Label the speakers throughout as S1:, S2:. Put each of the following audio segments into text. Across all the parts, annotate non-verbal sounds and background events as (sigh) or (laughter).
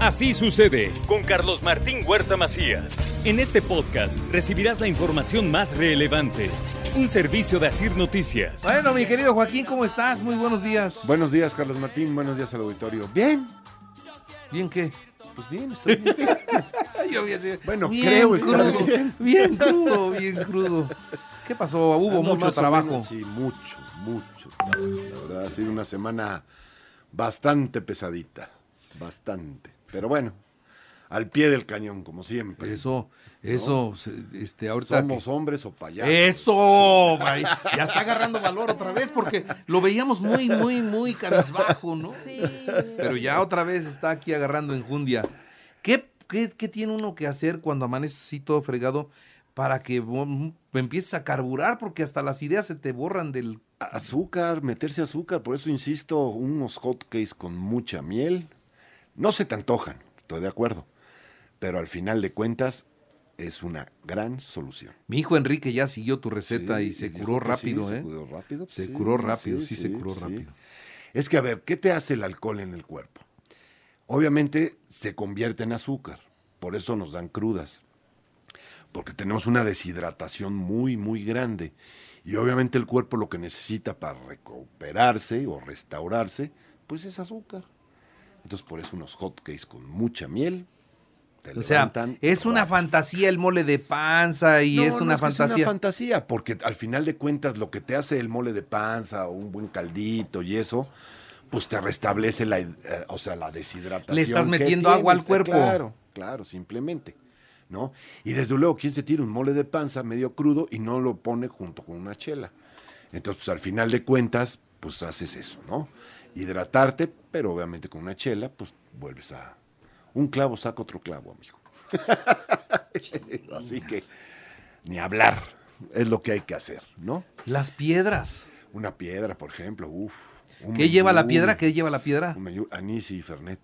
S1: Así sucede con Carlos Martín Huerta Macías. En este podcast recibirás la información más relevante. Un servicio de Asir Noticias.
S2: Bueno, mi querido Joaquín, ¿cómo estás? Muy buenos días.
S3: Buenos días, Carlos Martín. Buenos días al auditorio. Bien,
S2: ¿Bien qué?
S3: pues bien, estoy (laughs) bien.
S2: Yo vi así,
S3: Bueno, creo estar
S2: crudo,
S3: bien.
S2: bien crudo, bien crudo. ¿Qué pasó? Hubo
S3: Ando
S2: mucho
S3: más o
S2: trabajo.
S3: menos, sí, mucho, mucho trabajo. La verdad, ha sido una semana bastante pesadita. Bastante. Pero bueno, al pie del cañón, como siempre.
S2: Eso, eso, se- este, ahorita.
S3: Somos
S2: que-
S3: hombres o payasos.
S2: Eso, güey. ya está agarrando valor otra vez porque lo veíamos muy, muy, muy cabizbajo, ¿no? Sí. Pero ya otra vez está aquí agarrando enjundia. ¿Qué, qué, qué tiene uno que hacer cuando amanece así todo fregado para que mm, empieces a carburar? Porque hasta las ideas se te borran del
S3: Azúcar, meterse azúcar. Por eso insisto, unos hotcakes con mucha miel. No se te antojan, estoy de acuerdo. Pero al final de cuentas, es una gran solución.
S2: Mi hijo Enrique ya siguió tu receta
S3: Sí,
S2: y se
S3: dijo
S2: curó
S3: que sí,
S2: rápido, ¿eh?
S3: Se curó rápido.
S2: Se
S3: sí,
S2: curó rápido, sí, se curó rápido.
S3: Es que, a ver, ¿qué te hace el alcohol en el cuerpo? Obviamente se convierte en azúcar, por eso nos dan crudas, porque tenemos una deshidratación muy, muy grande. Y obviamente el cuerpo lo que necesita para recuperarse o restaurarse, pues es azúcar. Entonces por eso unos hotcakes con mucha miel. te
S2: O sea,
S3: levantan
S2: es una
S3: rápido.
S2: fantasía el mole de panza y
S3: No,
S2: es
S3: no
S2: una
S3: que sea
S2: fantasía.
S3: una fantasía, porque al final de cuentas lo que te hace el mole de panza o un buen caldito y eso, pues te restablece la, eh, o sea, la deshidratación.
S2: Le estás
S3: que
S2: metiendo agua al
S3: eh,
S2: cuerpo.
S3: Claro, claro, simplemente. ¿No? Y desde luego, ¿quién se tira un mole de panza medio crudo y no lo pone junto con una chela? Entonces, pues al final de cuentas, pues haces eso, ¿no? Hidratarte, pero obviamente con una chela, pues vuelves a. Un clavo saca otro clavo, amigo. (laughs) Así que ni hablar. Es lo que hay que hacer, ¿no?
S2: Las piedras.
S3: Una piedra, por ejemplo, uff.
S2: ¿Qué lleva la piedra? ¿Qué lleva la piedra?
S3: Anís y Fernet.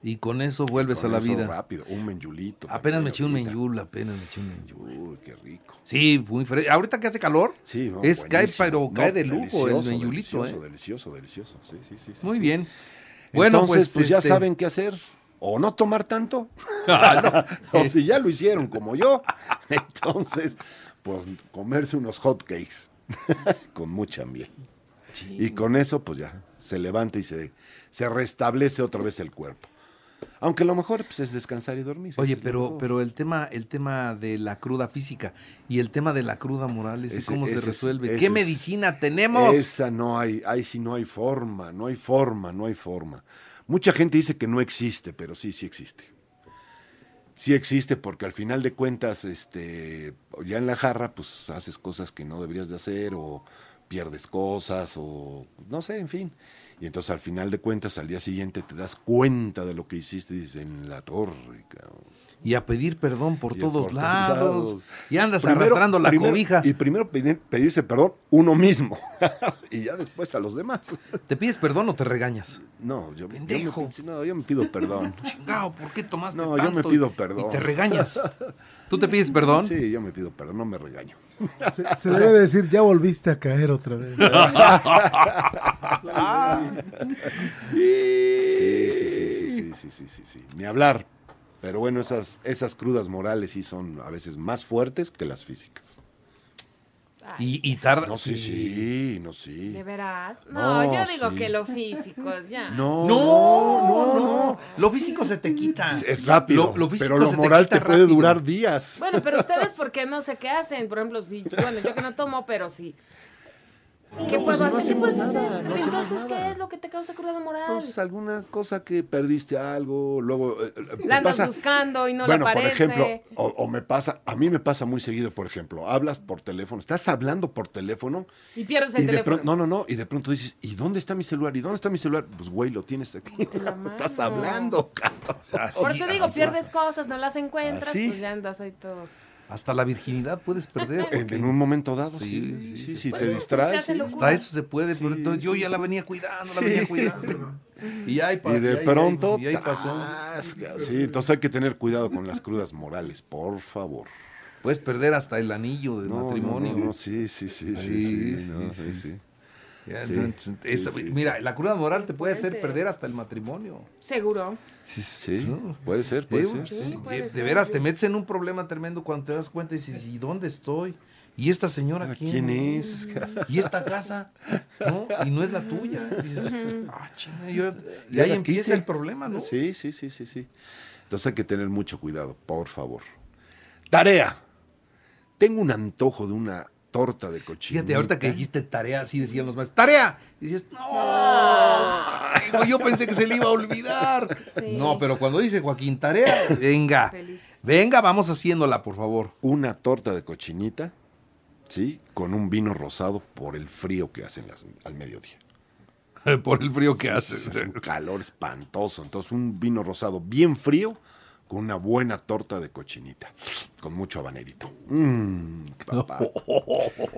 S2: Y con eso vuelves
S3: Con
S2: a la
S3: eso
S2: vida.
S3: rápido, un menyulito.
S2: Apenas
S3: también
S2: me eché un
S3: ahorita.
S2: menyul, apenas me eché un menyul.
S3: Uy, qué rico.
S2: Sí, muy fresco. Ahorita que hace calor,
S3: Sí, no,
S2: es cae,
S3: buenísimo.
S2: pero
S3: No,
S2: cae de lujo el
S3: delicioso,
S2: menyulito,
S3: Delicioso,
S2: ¿eh?
S3: delicioso, delicioso. Sí, sí, sí. sí,
S2: Muy
S3: sí.
S2: bien. Bueno,
S3: Bueno, Entonces, pues,
S2: pues
S3: ya
S2: este,
S3: saben qué hacer. O no
S2: (laughs)
S3: tomar tanto. Ah, o si ya lo hicieron como yo. (laughs) Entonces, pues comerse unos hotcakes (laughs) con mucha miel. Y con eso, pues ya, se levanta y se, se restablece otra vez el cuerpo. Aunque lo mejor pues, es descansar y dormir.
S2: Oye,
S3: Eso es lo
S2: pero,
S3: mejor.
S2: pero el tema, el tema de la cruda física y el tema de la cruda moral, ese,
S3: Ese-
S2: cómo se
S3: ese es-
S2: resuelve.
S3: ese
S2: ¿Qué
S3: es-
S2: medicina tenemos?
S3: Esa no hay, ahí sí no hay forma, no hay forma, no hay forma. Mucha gente dice que no existe, pero sí, sí existe. Sí existe porque al final de cuentas, este, ya en la jarra, pues haces cosas que no deberías de hacer o pierdes cosas o no sé, en fin. Y entonces al final de cuentas, al día siguiente te das cuenta de lo que hiciste y dices, en la torre, cabrón".
S2: Y a pedir perdón por
S3: Y
S2: todos
S3: por
S2: lados.
S3: lados.
S2: Y andas
S3: Primero-
S2: arrastrando la
S3: primero-
S2: cobija.
S3: Y primero pedir- pedirse perdón uno mismo (laughs) y ya después a los demás.
S2: ¿Te pides perdón o te regañas?
S3: No, yo, yo me-
S2: Pendejo.
S3: no, yo me pido
S2: (laughs)
S3: perdón.
S2: Chingao, ¿por qué tomaste
S3: No, yo me
S2: tanto?
S3: pido
S2: Y-
S3: perdón.
S2: Y te
S3: (laughs)
S2: regañas. ¿Tú te pides perdón?
S3: Sí, yo me pido perdón, no me regaño.
S4: Se, se debe decir, ya volviste a caer otra vez.
S3: Sí, sí, sí, sí, sí, sí, sí, sí, sí. Ni hablar. Pero bueno, esas, esas crudas morales sí son a veces más fuertes que las físicas.
S2: Y, y tarda.
S3: No, sí, sí, no, sí.
S5: ¿De veras?
S3: No,
S5: No, yo digo
S3: sí. (laughs)
S5: que lo físico, ya.
S3: No, no, no, no,
S2: Lo físico se te quita.
S3: Es rápido, pero lo
S2: se te
S3: moral
S2: quita
S3: te puede
S2: rápido.
S3: durar días.
S5: Bueno, pero ustedes, ¿por qué no sé qué hacen? Por ejemplo, si, bueno, yo que no tomo, pero sí. ¿Qué
S3: pues
S5: puedo hacer? ¿Qué puedes hacer? Pero Entonces, ¿qué es lo que te causa cruda moral?
S3: Pues alguna cosa que perdiste algo, luego eh, eh,
S5: La
S3: te
S5: andas
S3: pasa-
S5: buscando y no
S3: bueno,
S5: la aparece.
S3: por ejemplo, o, o me pasa, a mí me pasa muy seguido, por ejemplo, hablas por teléfono, estás hablando por teléfono
S5: y pierdes
S3: y
S5: el
S3: de
S5: teléfono.
S3: pronto, no, no, no, y de pronto dices, ¿y dónde está mi celular? ¿Y dónde está mi celular? Pues güey, lo tienes aquí.
S5: En la
S3: (laughs) Estás
S5: mano.
S3: hablando, cabrón.
S5: Por eso digo, pierdes cosas, no las encuentras,
S3: Así.
S5: pues ya andas ahí todo.
S2: Hasta la virginidad puedes perder.
S3: En, en un momento dado,
S2: Sí,
S3: sí,
S2: sí,
S3: sí,
S2: sí,
S3: sí,
S2: se
S3: si
S5: puede.
S3: te distraes.
S5: Pues Se hace
S3: sí.
S5: locura.
S2: Hasta eso se puede. pero entonces yo ya la venía cuidando, la venía cuidando. Y, ahí pa-
S3: Y de
S2: ahí-
S3: pronto.
S2: y ahí pasó.
S3: tras, cabrón. Sí, entonces hay que tener cuidado con las crudas morales, por favor.
S2: Puedes perder hasta el anillo del
S3: No, no,
S2: matrimonio.
S3: no, no, sí, sí, sí,
S2: Sí,
S3: sí, sí,
S2: sí,
S3: no,
S2: sí,
S3: sí,
S2: sí.
S3: sí.
S2: Ya,
S3: Sí,
S2: entonces,
S3: sí,
S2: esa-
S3: sí.
S2: Mira, la cruda moral te puede hacer
S5: Fuerte.
S2: perder hasta el matrimonio.
S5: Seguro.
S3: Sí, puede ser, puede
S2: Sí,
S3: ser.
S2: sí,
S3: sí.
S2: sí.
S5: puede
S2: De
S5: ser.
S2: veras, te metes en un problema tremendo cuando te das cuenta y dices, ¿y dónde estoy? ¿Y esta señora quién,
S3: ¿Quién es?
S2: ¿Y esta casa? ¿No? Y no es la tuya. Y dices, ah, chinga, yo- y
S3: Ya
S2: ahí
S3: la
S2: empieza
S3: quise.
S2: el problema, ¿no?
S3: Sí, sí, sí, sí, sí. Entonces hay que tener mucho cuidado, por favor. Tarea. Tengo un antojo de una torta de cochino.
S2: Fíjate, ahorita que dijiste tarea, así decían los maestros, ¡tarea! Y dices, ¡no! Ay, güey, yo pensé que se le iba a olvidar.
S5: Sí.
S2: No, pero cuando dice Joaquín, tarea, venga,
S5: Felices.
S2: venga, vamos haciéndola, por favor. (laughs)
S3: una torta de cochinita, ¿sí? Con un vino rosado por el frío que hacen las, al mediodía.
S2: Por el frío que hace.
S3: Es un calor espantoso. Entonces, un vino rosado bien frío con una buena torta de cochinita, con mucho habanerito. Mmm, papá.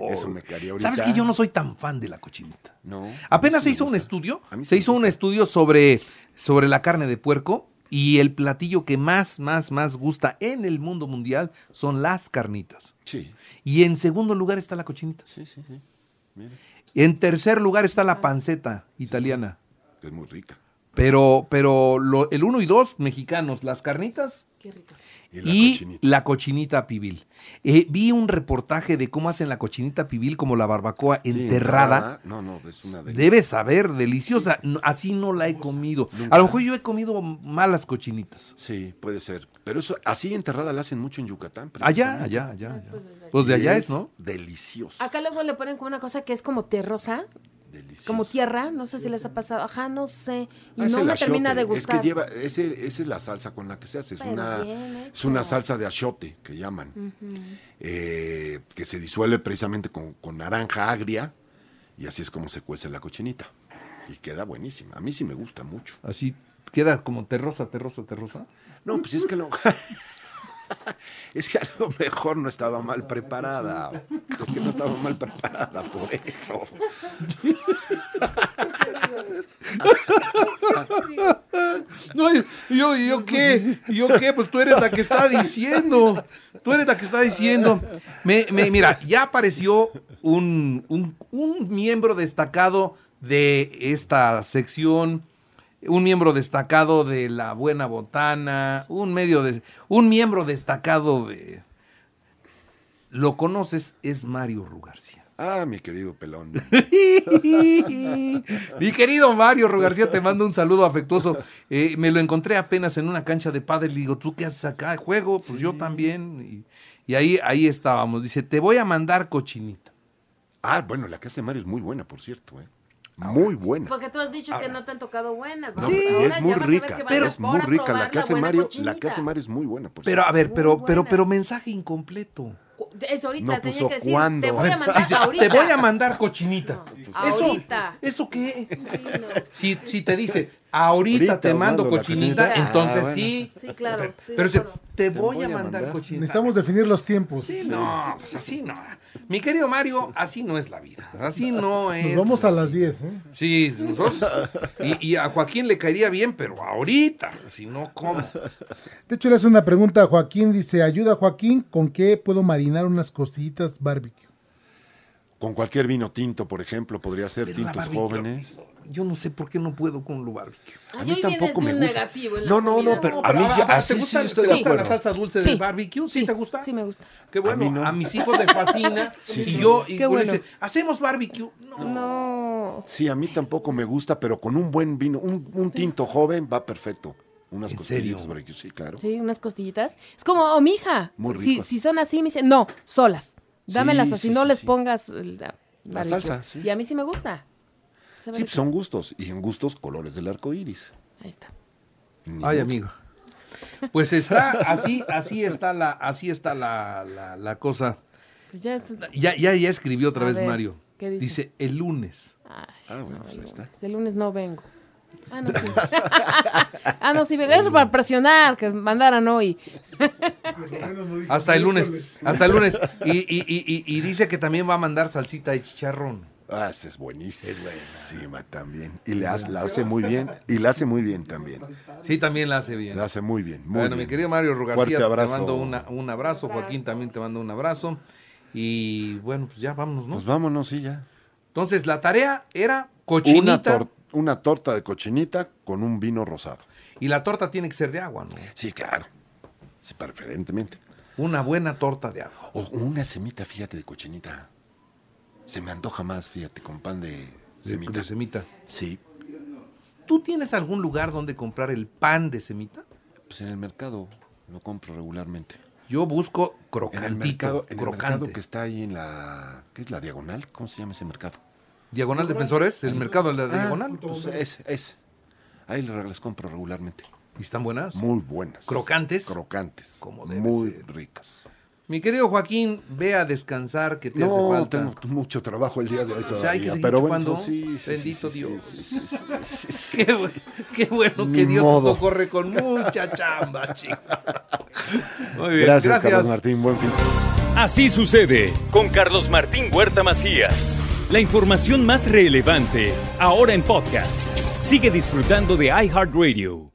S3: Eso me caería ahorita.
S2: ¿Sabes que yo no soy tan fan de la cochinita?
S3: No.
S2: Apenas
S3: A
S2: se
S3: mí sí me
S2: hizo un
S3: gusta.
S2: estudio,
S3: A mí sí
S2: se
S3: me
S2: hizo un
S3: gusta.
S2: estudio sobre, sobre la carne de puerco y el platillo que más, más, más gusta en el mundo mundial son las carnitas.
S3: Sí,
S2: Y en segundo lugar está la cochinita.
S3: sí, sí. sí. Mira,
S2: En tercer lugar está la panceta italiana.
S3: es muy rica.
S2: Pero, pero lo- el uno y dos mexicanos, las carnitas
S5: Qué rico.
S3: Y la
S2: y
S3: cochinita.
S2: la cochinita pibil. Eh, vi un reportaje de cómo hacen la cochinita pibil como la barbacoa
S3: Sí,
S2: enterrada.
S3: No, no, es una delicia.
S2: Debe saber, deliciosa. No, así no la he comido. A lo mejor yo he comido malas cochinitas.
S3: Sí, puede ser. Pero eso, así enterrada la hacen mucho en Yucatán.
S2: Allá,
S3: precisamente.
S2: allá, allá. allá. Pues de allá es, ¿no?
S3: Delicioso.
S5: Acá luego le ponen como una cosa que es como terrosa,
S3: delicioso.
S5: como tierra, no sé si les ha pasado, ajá, no sé, y
S3: Ah, es
S5: no
S3: el
S5: me termina
S3: achiote.
S5: de gustar.
S3: Es que lleva, ese- esa es la salsa con la que se hace. Es,
S5: Pero
S3: una,
S5: bien hecho.
S3: es una salsa de achiote, que llaman, eh, que se disuelve precisamente con, con naranja agria y así es como se cuece la cochinita. Y queda buenísima. A mí sí me gusta mucho.
S2: Así queda como terrosa, terrosa, terrosa.
S3: No, pues es que lo... (laughs) Es que a lo mejor no estaba mal preparada. Es que no estaba mal preparada por eso.
S2: No, yo, yo, yo qué, yo qué, pues tú eres la que está diciendo. Tú eres la que está diciendo. Me- me- mira, ya apareció un, un- un miembro destacado de esta sección, un miembro destacado de la buena botana, un medio de. un miembro destacado de. Lo conoces, es Mario Rugarcia.
S3: Ah, mi querido pelón.
S2: (laughs) Mi querido Mario Rugarcía, te mando un saludo afectuoso. Eh, me lo encontré apenas en una cancha de pádel y digo, ¿tú qué haces acá? ¿Juego? Pues yo también. Y, y ahí, ahí estábamos. Dice, te voy a mandar cochinita.
S3: Ah, bueno, la casa de Mario es muy buena, por cierto. ¿eh? Muy buena.
S5: Porque tú has dicho que no te han tocado buenas.
S3: No,
S5: vamos,
S3: y
S5: ahora
S3: es
S5: ya
S3: muy
S5: vas a ver
S3: rica,
S5: que van
S3: pero
S5: a
S3: es
S5: probar
S3: muy rica la que
S5: buena
S3: hace Mario, la
S5: cochinita.
S3: que hace Mario es muy buena, pues. por
S2: Pero a
S3: cierto.
S2: ver,
S5: Muy
S2: pero, pero,
S5: buena.
S2: pero mensaje incompleto.
S5: Es ahorita,
S3: No
S5: tenía
S3: puso
S5: que decir,
S3: cuándo.
S5: te voy a mandar
S2: Dice,
S5: ahorita.
S2: te voy a mandar cochinita. Eso,
S5: ahorita.
S2: ¿Eso qué?
S5: Sí, no.
S2: Si, si te dice, ahorita,
S3: Ahorita
S2: te
S3: os
S2: mando
S3: mando la
S2: cochinita,
S5: cochinita.
S2: entonces
S3: Ah, bueno.
S2: sí.
S5: Sí, claro, estoy
S2: Pero
S5: de
S2: dice,
S5: acuerdo.
S2: te voy, a mandar, cochinita.
S4: Necesitamos definir los tiempos.
S2: Sí, no, pues así no. Mi querido Mario, así no es la vida. Así no es.
S4: Nos vamos
S2: la-
S4: a las 10, ¿eh?
S2: Sí, nosotros. Y, y a Joaquín le caería bien, pero ahorita, si no, ¿cómo?
S4: De hecho, le hace una pregunta a Joaquín. Dice, ayuda Joaquín, ¿con qué puedo marinar unas costillitas barbecue?
S3: Con cualquier vino tinto, por ejemplo, podría ser
S2: Pero la
S3: tintos
S2: barbecue,
S3: jóvenes.
S2: yo no sé por qué no puedo con lo barbecue.
S5: Ay, hoy vienes de un negativo en la
S3: No, no,
S5: comida.
S3: no, pero a mí sí, así sí estoy de
S5: sí.
S3: acuerdo.
S2: la salsa dulce
S5: Sí.
S2: del barbecue? ¿Sí, te gusta?
S5: Sí, me gusta.
S2: Qué bueno, a,
S3: mí no.
S2: mis hijos les
S5: (laughs)
S2: fascina. y
S3: sí.
S2: yo, y
S5: Qué
S2: Julio
S5: bueno.
S2: dice, hacemos barbecue. No.
S5: No.
S3: Sí, a mí tampoco me gusta, pero con un buen vino, un, un tinto joven va perfecto. Unas
S2: ¿En
S3: costillitas
S2: serio?
S3: barbecue, sí, claro.
S5: Sí, unas costillitas. Es como, o mi hija.
S3: Muy
S5: si,
S3: ricas.
S5: si son así, me dice, no, solas. Dámelas
S3: Sí,
S5: así,
S3: sí,
S5: no
S3: sí,
S5: les
S3: sí.
S5: pongas eh, la, barbecue".
S3: salsa, sí.
S5: Y a mí sí me gusta. Sabe
S3: Sí,
S5: rico.
S3: pues son gustos. Y en gustos, colores del arco iris.
S5: Ahí está.
S2: Ay, amigo. Pues está, así, así está la, así está la, la- la cosa.
S5: Pues ya está-
S2: Ya, ya, ya escribió otra
S5: A
S2: vez
S5: ver,
S2: Mario.
S5: ¿qué dice?
S2: el lunes.
S5: Ay,
S3: Ah, bueno,
S5: no,
S3: pues ahí
S5: no,
S3: está.
S5: El lunes no vengo. Ah, no,
S3: (laughs)
S5: sí. (laughs) ah, no, sí, vengo. Es para presionar, que mandaran hoy.
S2: Hasta el lunes. Hasta el lunes. Y, y- y- y- y dice que también va a mandar salsita de chicharrón.
S3: Ah, esa es buenísima también. Y le hace- la hace muy bien. Y la hace muy bien también.
S2: Sí, también la hace bien.
S3: La hace muy bien. Ah, Muy
S2: bueno,
S3: bien.
S2: mi querido Mario Rogarcía,
S3: Fuerte
S2: te
S3: abrazo.
S2: mando una- un abrazo. Joaquín también te mando un abrazo. Y bueno, pues ya vámonos, ¿no?
S3: Pues vámonos, sí, ya.
S2: Entonces, la tarea era
S3: Una,
S2: cochinita.
S3: tor- una torta de cochinita con un vino rosado.
S2: y la torta tiene que ser de agua, ¿no?
S3: Sí, claro. Sí, preferentemente.
S2: Una buena torta de agua.
S3: O una semita, fíjate, de cochinita. Se me antoja más, fíjate, con pan de semita.
S2: De semita.
S3: Sí,
S2: ¿Tú tienes algún lugar donde comprar el pan de semita?
S3: pues en el mercado lo compro regularmente.
S2: Yo busco
S3: En
S2: crocantito,
S3: el mercado, en el
S2: crocante.
S3: mercado que está ahí en la... ¿Qué es la diagonal? ¿Cómo se llama ese mercado?
S2: ¿Diagonal Defensores? ¿El mercado de la diagonal?
S3: Pues ese, ese. Ahí lo- las compro regularmente.
S2: ¿Y están buenas?
S3: Muy buenas.
S2: ¿Crocantes?
S3: Crocantes.
S2: Como debe
S3: Muy
S2: ser.
S3: ricas.
S2: Mi querido Joaquín, ve a descansar que te hace
S3: No,
S2: falta.
S3: tengo mucho trabajo el día de hoy todavía.
S2: sea, hay que seguir
S3: pero bueno,
S2: chupando.
S3: pues sí, sí,
S2: Bendito
S3: sí, sí,
S2: Dios.
S3: sí, sí, sí, sí,
S2: (laughs) (laughs)
S3: sí,
S2: Qué,
S3: sí.
S2: bu- qué bueno
S3: Ni
S2: que Dios te
S3: modo.
S2: socorre con
S3: (laughs)
S2: mucha chamba, chico. Muy bien,
S3: Gracias,
S2: gracias.
S3: Carlos Martín. Buen fin.
S1: Así sucede con Carlos Martín Huerta Macías. La información más relevante ahora en podcast. Sigue disfrutando de iHeartRadio.